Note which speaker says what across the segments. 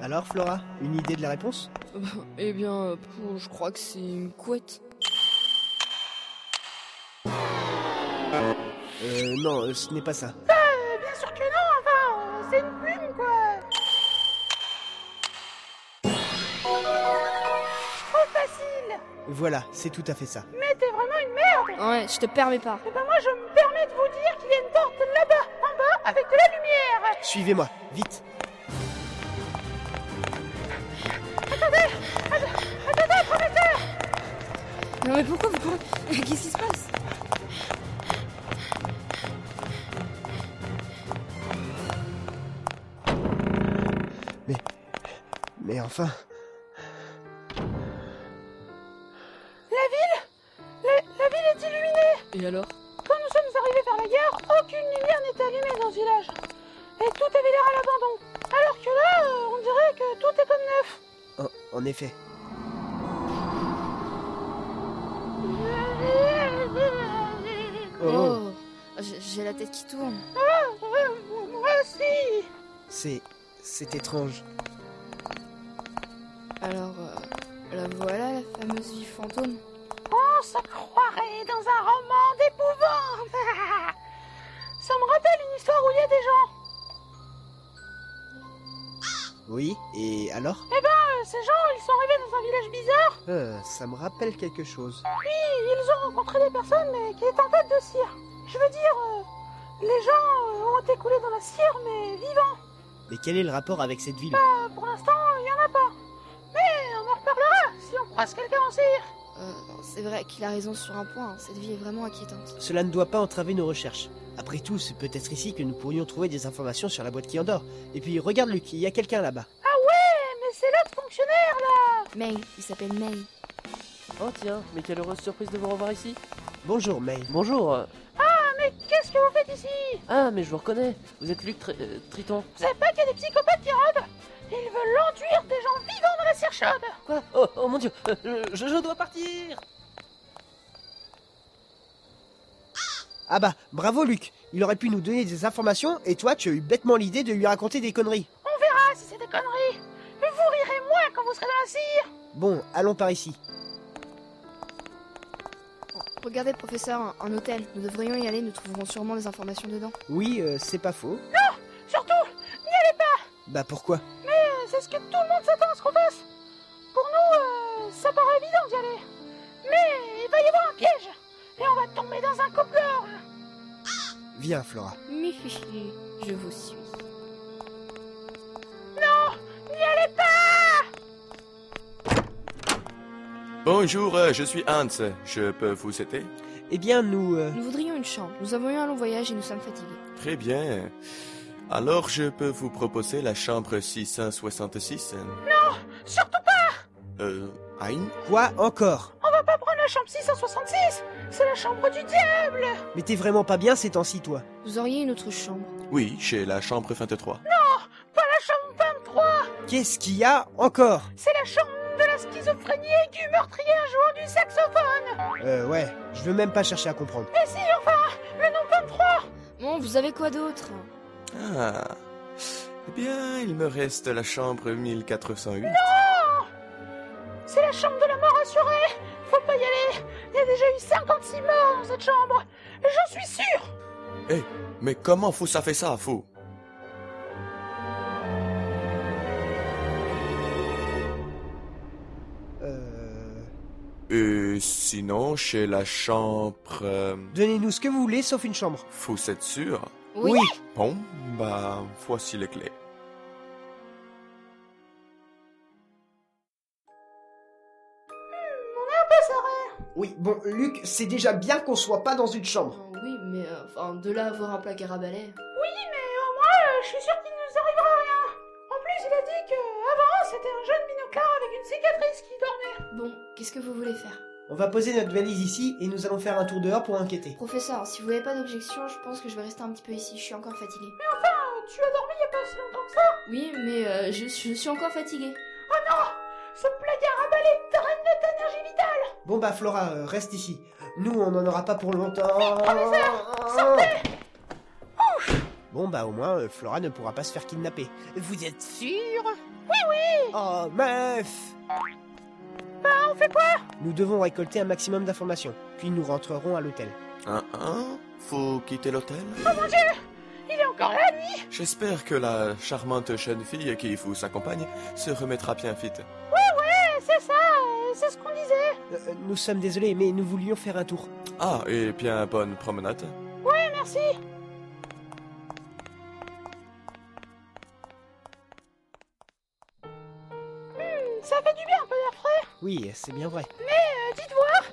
Speaker 1: Alors Flora, une idée de la réponse
Speaker 2: Eh bien, pff, je crois que c'est une couette.
Speaker 1: Euh non, euh, ce n'est pas ça.
Speaker 3: Bien sûr que non, enfin, euh, c'est une plume, quoi. Trop facile.
Speaker 1: Voilà, c'est tout à fait ça.
Speaker 3: Mais t'es vraiment une merde.
Speaker 2: Ouais, je te permets pas.
Speaker 3: Et ben moi, je me permets de vous dire qu'il y a une porte là-bas, en bas, avec de la lumière.
Speaker 1: Suivez-moi, vite
Speaker 2: Non mais pourquoi vous courez Qu'est-ce qui se passe
Speaker 1: Mais enfin,
Speaker 3: La ville est illuminée.
Speaker 2: Et alors
Speaker 3: Quand nous sommes arrivés vers la gare, aucune lumière n'est allumée dans ce village. Et tout avait l'air à l'abandon. Alors que là, euh, on dirait que tout est comme neuf.
Speaker 1: en, en effet. Oh,
Speaker 2: J'ai j'ai la tête qui tourne.
Speaker 3: Moi aussi.
Speaker 1: c'est... c'est étrange.
Speaker 2: Alors, euh, la voilà la fameuse vie fantôme.
Speaker 3: On se croirait dans un roman d'épouvante. Ça me rappelle une histoire où il y a des gens.
Speaker 1: Oui, et alors
Speaker 3: Euh, Ces gens, ils sont arrivés dans un village bizarre.
Speaker 1: Euh, Ça me rappelle quelque chose.
Speaker 3: Puis, ils ont rencontré des personnes mais qui étaient en tête de cire. Je veux dire, euh, les gens euh, ont été coulés dans la cire, mais vivants.
Speaker 1: Mais quel est le rapport avec cette ville
Speaker 3: Euh, pour l'instant, il n'y en a pas. Mais on en reparlera si on croise quelqu'un en cire.
Speaker 2: Euh, c'est vrai qu'il a raison sur un point, hein, cette vie est vraiment inquiétante.
Speaker 1: Cela ne doit pas entraver nos recherches. Après tout, c'est peut-être ici que nous pourrions trouver des informations sur la boîte qui endort. Et puis, regarde Luc, il y a quelqu'un là-bas.
Speaker 3: Eh, mais c'est l'autre fonctionnaire.
Speaker 2: May, il s'appelle May.
Speaker 4: Oh tiens, mais quelle heureuse surprise de vous revoir ici.
Speaker 1: Bonjour, May.
Speaker 4: Bonjour. euh,
Speaker 3: Mais qu'est-ce que vous faites ici
Speaker 4: Ah, mais je vous reconnais. Vous êtes Luc Tri- euh, Triton.
Speaker 3: Vous savez pas qu'il y a des psychopathes qui rôdent Ils veulent enduire des gens vivants dans la cire chaude.
Speaker 4: Quoi oh, oh mon dieu, euh, je, je dois partir.
Speaker 1: Ah bah, bravo Luc Il aurait pu nous donner des informations, et toi, tu as eu bêtement l'idée de lui raconter des conneries.
Speaker 3: On verra Ah, si c'est des conneries. Vous rirez moins quand vous serez dans la cire.
Speaker 1: Bon, allons par ici.
Speaker 2: Regardez, professeur, un, un hôtel. Nous devrions y aller, nous trouverons sûrement des informations dedans.
Speaker 1: Oui, euh, c'est pas faux.
Speaker 3: Surtout,
Speaker 1: Bah pourquoi
Speaker 3: euh, c'est ce que tout le monde s'attend à ce qu'on fasse. Pour nous, euh, ça paraît évident d'y aller. Mais il va y avoir un piège. Et on va tomber dans un couple d'or.
Speaker 1: Viens, Flora.
Speaker 2: Mihihi, je vous suis.
Speaker 5: Bonjour, euh, je suis Hans. Je peux vous aider
Speaker 1: Eh bien, nous... euh,
Speaker 2: Nous voudrions une chambre. Nous avons eu un long voyage et nous sommes fatigués.
Speaker 5: Très bien. Alors, je peux vous proposer la chambre 666
Speaker 3: Surtout pas,
Speaker 5: Euh, Hein
Speaker 1: Quoi encore
Speaker 3: on va pas prendre la chambre 666. C'est la chambre du diable.
Speaker 1: Mais t'es vraiment pas bien ces temps-ci, toi.
Speaker 2: Vous auriez une autre chambre.
Speaker 5: Oui, chez la chambre 23.
Speaker 3: Pas la chambre 23.
Speaker 1: Qu'est-ce qu'il y a encore
Speaker 3: C'est la chambre de la schizophrénie aiguë meurtrière jouant du saxophone.
Speaker 1: Euh, ouais, je veux même pas chercher à comprendre.
Speaker 3: Et si, enfin, le nom 23.
Speaker 2: Bon, vous avez quoi d'autre
Speaker 5: Ah. Eh bien, il me reste la chambre 1408.
Speaker 3: C'est la chambre de la mort assurée. Faut pas y aller. Il y a déjà eu 56 morts dans cette chambre. J'en suis sûre.
Speaker 5: Mais comment vous savez ça, vous
Speaker 1: Euh...
Speaker 5: Euh, sinon, chez la chambre... euh,
Speaker 1: Donnez-nous ce que vous voulez, sauf une chambre.
Speaker 5: vous êtes sûr Bon, bah, voici les clés.
Speaker 1: Oui, bon, Luc, c'est déjà bien qu'on soit pas dans une chambre.
Speaker 2: Euh, Oui, mais euh, enfin, de là à avoir un placard à balai.
Speaker 3: Euh, je suis sûre qu'il ne nous arrivera rien. En plus, il a dit que avant, c'était un jeune binoclard avec une cicatrice qui dormait.
Speaker 2: Bon, qu'est-ce que vous voulez faire
Speaker 1: On va poser notre valise ici et nous allons faire un tour dehors pour enquêter.
Speaker 2: Professeur, si vous n'avez pas d'objection, je pense que je vais rester un petit peu ici. Je suis encore fatiguée.
Speaker 3: Euh, tu as dormi il y a pas si longtemps que ça.
Speaker 2: Oui, mais euh, je, je suis encore fatiguée.
Speaker 3: Oh non Ce placard à balai draine de ta énergie vitale.
Speaker 1: Bon bah Flora, euh, reste ici.
Speaker 6: Nous, on n'en aura pas pour longtemps.
Speaker 1: Bon, bah au moins, euh, Flora ne pourra pas se faire kidnapper. Vous êtes sûr Oui, oui Oh, meuf
Speaker 3: Bah, On fait quoi
Speaker 1: Nous devons récolter un maximum d'informations, puis nous rentrerons à l'hôtel.
Speaker 5: Hein, hein Faut quitter l'hôtel
Speaker 3: Oh Il est encore là lui
Speaker 5: J'espère que la charmante jeune fille qui vous accompagne se remettra bien vite.
Speaker 3: Eh, C'est ça, euh, c'est ce qu'on disait.
Speaker 1: Euh, euh, nous sommes désolés, mais nous voulions faire un tour.
Speaker 5: Ah, et bien bonne promenade.
Speaker 3: Eh, Merci. Hmm, ça fait du bien un peu d'air frais.
Speaker 1: Oui, c'est bien vrai.
Speaker 3: Euh, dites voir,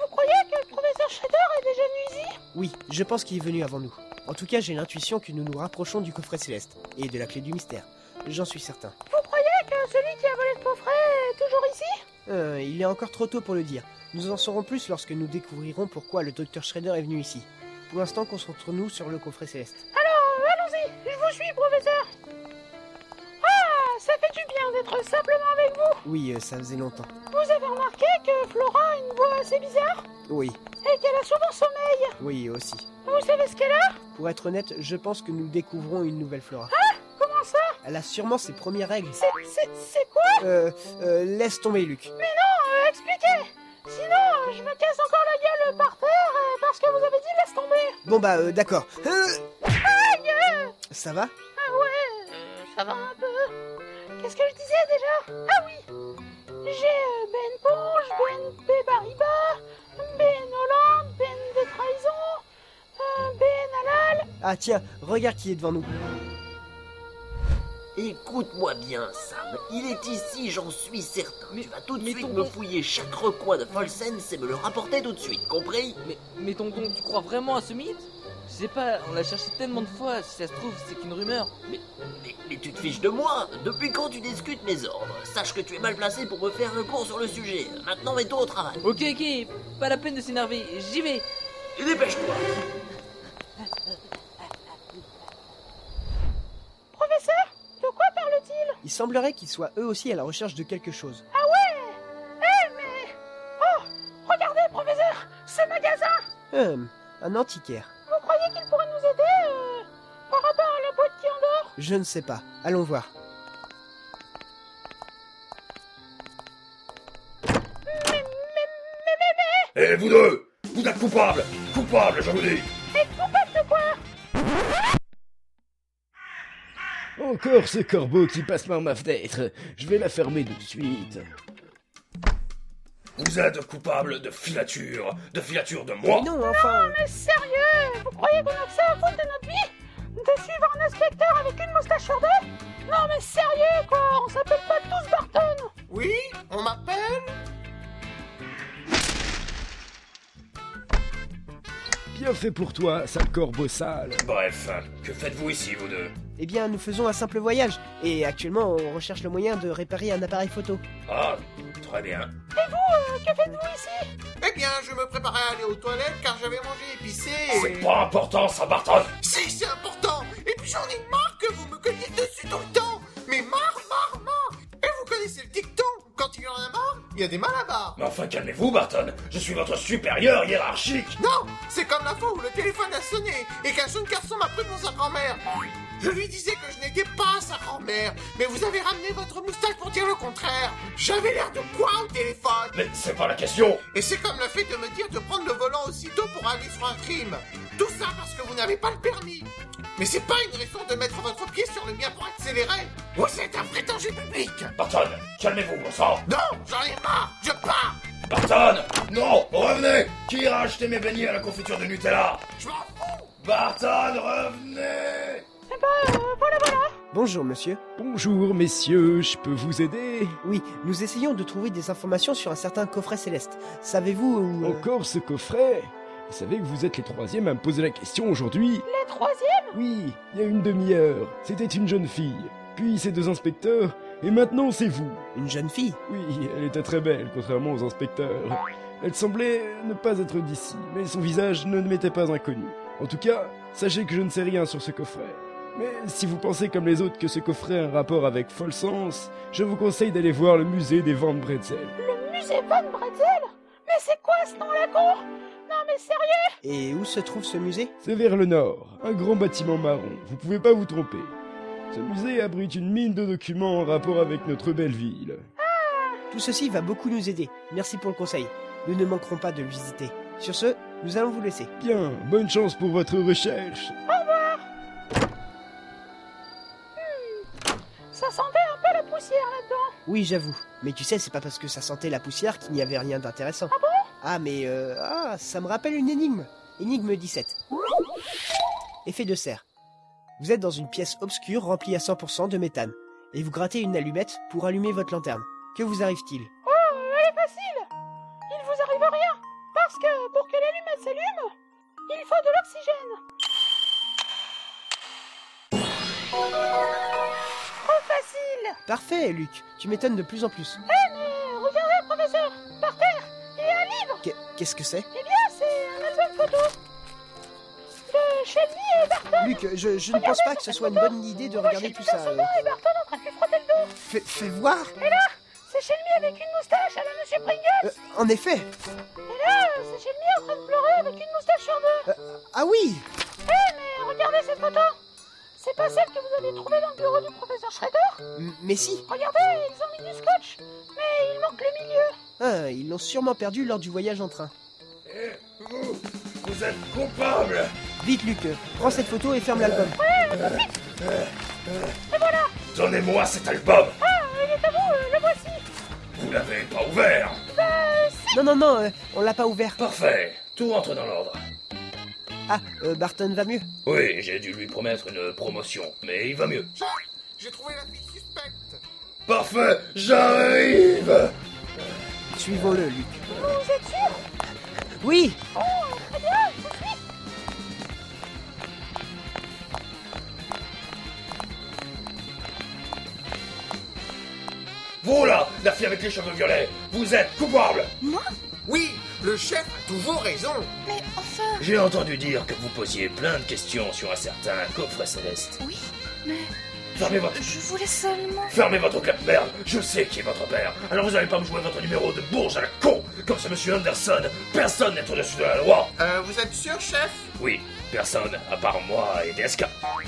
Speaker 3: vous croyez que le professeur Shader est déjà venu ici
Speaker 1: Oui, je pense qu'il est venu avant nous. En tout cas, j'ai l'intuition que nous nous rapprochons du coffret céleste et de la clé du mystère. J'en suis certain.
Speaker 3: Vous croyez que celui qui a volé le coffret est toujours ici
Speaker 1: Euh, il est encore trop tôt pour le dire. Nous en saurons plus lorsque nous découvrirons pourquoi le docteur Shredder est venu ici. Pour l'instant, concentrons-nous sur le coffret céleste.
Speaker 3: Alors, allons-y, je vous suis, professeur. Ah, ça fait du bien d'être simplement avec vous.
Speaker 1: Oui, euh, ça faisait longtemps.
Speaker 3: Vous avez remarqué que Flora a une voix assez bizarre
Speaker 1: Oui,
Speaker 3: et qu'elle a souvent sommeil.
Speaker 1: oui aussi.
Speaker 3: Vous savez ce qu'elle a
Speaker 1: Pour être honnête, je pense que nous découvrons une nouvelle Flora.
Speaker 3: Ah, Comment ça
Speaker 1: Elle a sûrement ses premières règles.
Speaker 3: C'est c'est- c'est quoi
Speaker 1: Euh, euh, laisse tomber Luc.
Speaker 3: euh, Expliquez Sinon, euh, je me casse encore la gueule par terre euh, parce que vous avez dit laisse tomber.
Speaker 1: Bon bah, euh, d'accord. Euh Ça va
Speaker 3: Euh, Ça va un peu. Qu'est-ce que je disais déjà Ah oui J'ai euh, Ben Ponge, Ben B. Baribas, Ben Hollande, Ben des trahisons, euh, Ben Halal.
Speaker 1: Ah tiens, regarde qui est devant nous.
Speaker 7: Écoute-moi bien, Sam. Il est ici, j'en suis certain. tu vas tout de suite me fouiller chaque recoin de Folsens et me le rapporter tout de suite, compris
Speaker 4: Mais, mais tonton, tu crois vraiment à ce mythe Je sais pas, on l'a cherché tellement de fois, si ça se trouve, c'est qu'une rumeur.
Speaker 7: mais, mais tu te fiches de moi Depuis quand tu discutes mes ordres Sache que tu es mal placé pour me faire un cours sur le sujet. Maintenant, mets-toi au travail.
Speaker 4: Ok, ok, pas la peine de s'énerver, j'y vais
Speaker 7: Et dépêche-toi
Speaker 3: Professeur De quoi parle-t-il
Speaker 1: Il semblerait qu'ils soient eux aussi à la recherche de quelque chose.
Speaker 3: Regardez, professeur Ce magasin
Speaker 1: Hum, un antiquaire.
Speaker 3: Vous croyez qu'il pourrait nous aider euh, par rapport à la boîte qui en dort
Speaker 1: Je ne sais pas. Allons voir.
Speaker 8: Eh vous deux Vous êtes coupables Coupables, je vous dis
Speaker 9: Encore ce corbeau qui passe par ma fenêtre. Je vais la fermer de suite.
Speaker 8: Vous êtes coupables de filature De filature de moi
Speaker 1: Non, enfin.
Speaker 3: Mais sérieux Vous croyez qu'on a que ça à foutre de notre vie De suivre un inspecteur avec une moustache sur deux Non mais sérieux quoi On s'appelle pas tous Barton
Speaker 10: Oui, on m'appelle
Speaker 9: Bien fait pour toi, sale corbeau sale.
Speaker 8: Bref, que faites-vous ici, vous deux
Speaker 1: Eh bien, nous faisons un simple voyage. Et actuellement, on recherche le moyen de réparer un appareil photo.
Speaker 8: Ah, très bien.
Speaker 3: Que faites-vous ici
Speaker 10: Eh bien, je me préparais à aller aux toilettes car j'avais mangé épicé
Speaker 8: C'est
Speaker 10: et...
Speaker 8: pas important, ça, Barton
Speaker 10: Si, c'est important Et puis j'en ai marre que vous me cogniez dessus tout le temps Mais marre, marre, marre Et vous connaissez le dicton Quand il y en a marre, il y a des malabars
Speaker 8: Mais enfin, calmez-vous, Barton Je suis votre supérieur hiérarchique
Speaker 10: Non C'est comme la fois où le téléphone a sonné et qu'un jeune garçon m'a pris pour sa grand-mère Je lui disais que je n'étais pas sa grand-mère Mais vous avez ramené votre moustache pour dire le contraire J'avais l'air de quoi au téléphone
Speaker 8: Mais c'est pas la question
Speaker 10: Et c'est comme le fait de me dire de prendre le volant aussitôt pour aller sur un crime. Tout ça parce que vous n'avez pas le permis. Mais c'est pas une raison de mettre votre pied sur le mien pour accélérer. Vous êtes un prétendu public.
Speaker 8: Barton, calmez-vous, bon sang
Speaker 10: Non, j'en ai marre. Je pars.
Speaker 8: Barton Non Revenez Qui ira acheter mes beignets à la confiture de Nutella
Speaker 10: Je m'en fous.
Speaker 8: Barton, revenez
Speaker 1: Bonjour, monsieur.
Speaker 9: Bonjour messieurs, je peux vous aider
Speaker 1: Oui, nous essayons de trouver des informations sur un certain coffret céleste. Savez-vous où. euh,
Speaker 9: Encore ce coffret Vous savez que vous êtes les troisièmes à me poser la question aujourd'hui
Speaker 3: Les troisièmes
Speaker 9: Oui, il y a une demi-heure, c'était une jeune fille, puis ces deux inspecteurs, et maintenant c'est vous.
Speaker 1: Une jeune fille
Speaker 9: Oui, elle était très belle, contrairement aux inspecteurs. Elle semblait ne pas être d'ici, mais son visage ne m'était pas inconnu. En tout cas, sachez que je ne sais rien sur ce coffret. Mais si vous pensez comme les autres que ce coffret a un rapport avec Folsens, je vous conseille d'aller voir le musée des ventes Bretzel.
Speaker 3: Musée Van Bretzel Mais c'est quoi ce nom à la con Non mais sérieux
Speaker 1: Et où se trouve ce musée
Speaker 9: C'est vers le nord, un grand bâtiment marron, vous pouvez pas vous tromper. Ce musée abrite une mine de documents en rapport avec notre belle ville.
Speaker 1: Tout ceci va beaucoup nous aider. Merci pour le conseil. Nous ne manquerons pas de le visiter. Sur ce, nous allons vous laisser.
Speaker 9: Bien, bonne chance pour votre recherche.
Speaker 3: Ça sentait un peu la poussière là-dedans.
Speaker 1: Oui, j'avoue. Mais tu sais, c'est pas parce que ça sentait la poussière qu'il n'y avait rien d'intéressant. Ah bon Ah, mais euh, ah, ça me rappelle une énigme. Énigme 17. Effet de serre. Vous êtes dans une pièce obscure remplie à 100% de méthane. Et vous grattez une allumette pour allumer votre lanterne. Que vous arrive-t-il
Speaker 3: Ah, Elle est facile. Il vous arrive rien. Parce que pour que l'allumette s'allume, il faut de l'oxygène. Trop facile.
Speaker 1: Parfait, Luc. Tu m'étonnes de plus en plus.
Speaker 3: Euh, regardez, professeur, par terre, il y a un livre.
Speaker 1: Qu'est- Qu'est-ce que c'est
Speaker 3: Eh bien, c'est un album photo de Shelby et Barton.
Speaker 1: Luc, je, je ne pense pas que ce soit une bonne idée de regarder tout ça. euh.
Speaker 3: Et Barton en train de lui frotter le dos.
Speaker 1: Fais, fais voir
Speaker 3: C'est Shelby avec une moustache à la Monsieur Pringle.
Speaker 1: Euh, En effet
Speaker 3: Et là, euh, c'est Shelby en train de pleurer avec une moustache sur deux.
Speaker 1: Ah oui
Speaker 3: Et regardez cette photo. C'est pas celle que vous avez trouvée dans le bureau du professeur Shredder.
Speaker 1: M- Mais si
Speaker 3: Regardez, ils ont mis du scotch. Mais il manque le milieu.
Speaker 1: Ah, Ils l'ont sûrement perdu lors du voyage en train.
Speaker 8: Vous, vous êtes coupable
Speaker 1: Vite, Luc, euh, prends cette photo et ferme l'album.
Speaker 8: Donnez-moi cet album
Speaker 3: Oh, euh, le voici.
Speaker 8: Vous l'avez pas ouvert
Speaker 1: Non, non, non, euh, on l'a pas ouvert.
Speaker 8: Parfait Tout rentre dans l'ordre.
Speaker 1: Ah, euh, Barton va mieux.
Speaker 8: Oui, j'ai dû lui promettre une promotion, mais il va mieux.
Speaker 10: Jacques, j'ai trouvé la fille suspecte.
Speaker 8: Parfait J'arrive
Speaker 1: Suivons-le, Luc.
Speaker 3: Vous êtes sûr
Speaker 1: Oui
Speaker 8: Voilà La fille avec les cheveux violets Vous êtes coupable
Speaker 10: Oui, le chef a toujours raison.
Speaker 2: Mais enfin
Speaker 8: J'ai entendu dire que vous posiez plein de questions sur un certain coffre céleste.
Speaker 2: Oui, mais
Speaker 8: Fermez votre...
Speaker 2: je voulais seulement...
Speaker 8: Fermez votre clap merde Je sais qui est votre père Alors vous allez pas me jouer votre numéro de bourge à la con Comme ce monsieur Anderson Personne n'est au-dessus de la loi
Speaker 10: Euh, vous êtes sûr, chef
Speaker 8: Oui, personne, à part moi et DSK.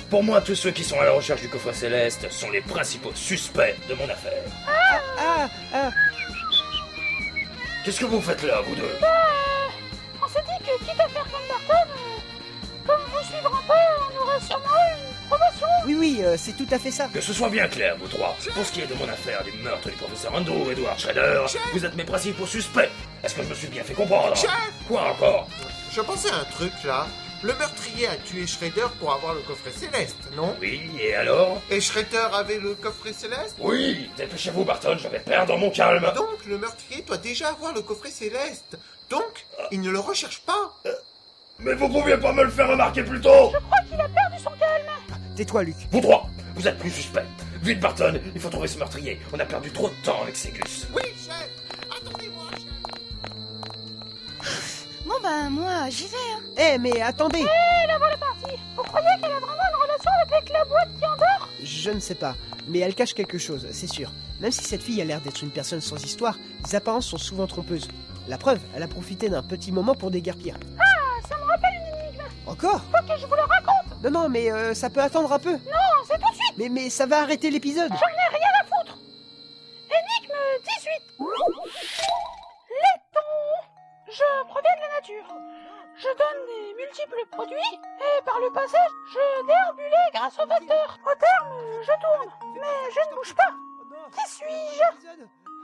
Speaker 8: Pour moi, tous ceux qui sont à la recherche du coffre céleste sont les principaux suspects de mon affaire.
Speaker 1: Ah, ah,
Speaker 8: Qu'est-ce que vous faites là, vous deux
Speaker 3: On s'est dit que quitte à faire comme Barton, euh, comme vous suivre un peu, on aurait sûrement une promotion.
Speaker 1: oui, oui, euh, c'est tout à fait ça.
Speaker 8: Que ce soit bien clair, vous trois. Pour ce qui est de mon affaire du meurtre du professeur Andrew Edward Schrader, vous êtes mes principaux suspects. Est-ce que je me suis bien fait comprendre
Speaker 10: Chef
Speaker 8: Quoi encore
Speaker 10: Je pensais à un truc là. Le meurtrier a tué Shredder pour avoir le coffret céleste, non
Speaker 8: Oui, et alors
Speaker 10: Et Shredder avait le coffret céleste
Speaker 8: Oui Dépêchez-vous, Barton, je vais perdre mon calme.
Speaker 10: Donc le meurtrier doit déjà avoir le coffret céleste. Donc, il ne le recherche pas.
Speaker 8: Mais vous pouviez pas me le faire remarquer plus tôt
Speaker 1: Tais-toi, Luc.
Speaker 8: Vous trois, vous êtes plus suspects. Vite, Barton, il faut trouver ce meurtrier. On a perdu trop de temps avec ces gus.
Speaker 10: Oui, chef Attendez-moi, chef
Speaker 2: Bon bah, moi, j'y vais.
Speaker 1: Eh, mais attendez
Speaker 3: Eh, Vous croyez qu'elle a vraiment une relation avec la boîte qui endort
Speaker 1: Je ne sais pas, mais elle cache quelque chose, c'est sûr. Même si cette fille a l'air d'être une personne sans histoire, les apparences sont souvent trompeuses. La preuve, elle a profité d'un petit moment pour déguerpir.
Speaker 3: Ah, ça me rappelle une énigme.
Speaker 1: Encore
Speaker 3: Faut que je vous la raconte.
Speaker 1: Non, non, mais euh, ça peut attendre un peu.
Speaker 3: Non, c'est tout de suite.
Speaker 1: Mais, mais ça va arrêter l'épisode.
Speaker 3: J'en ai rien à foutre. Énigme 18. Laiton. Je proviens de la nature. Je donne des multiples produits et par le passage, je déambulais grâce au facteur. Au terme, je tourne, mais je ne bouge pas. Qui suis-je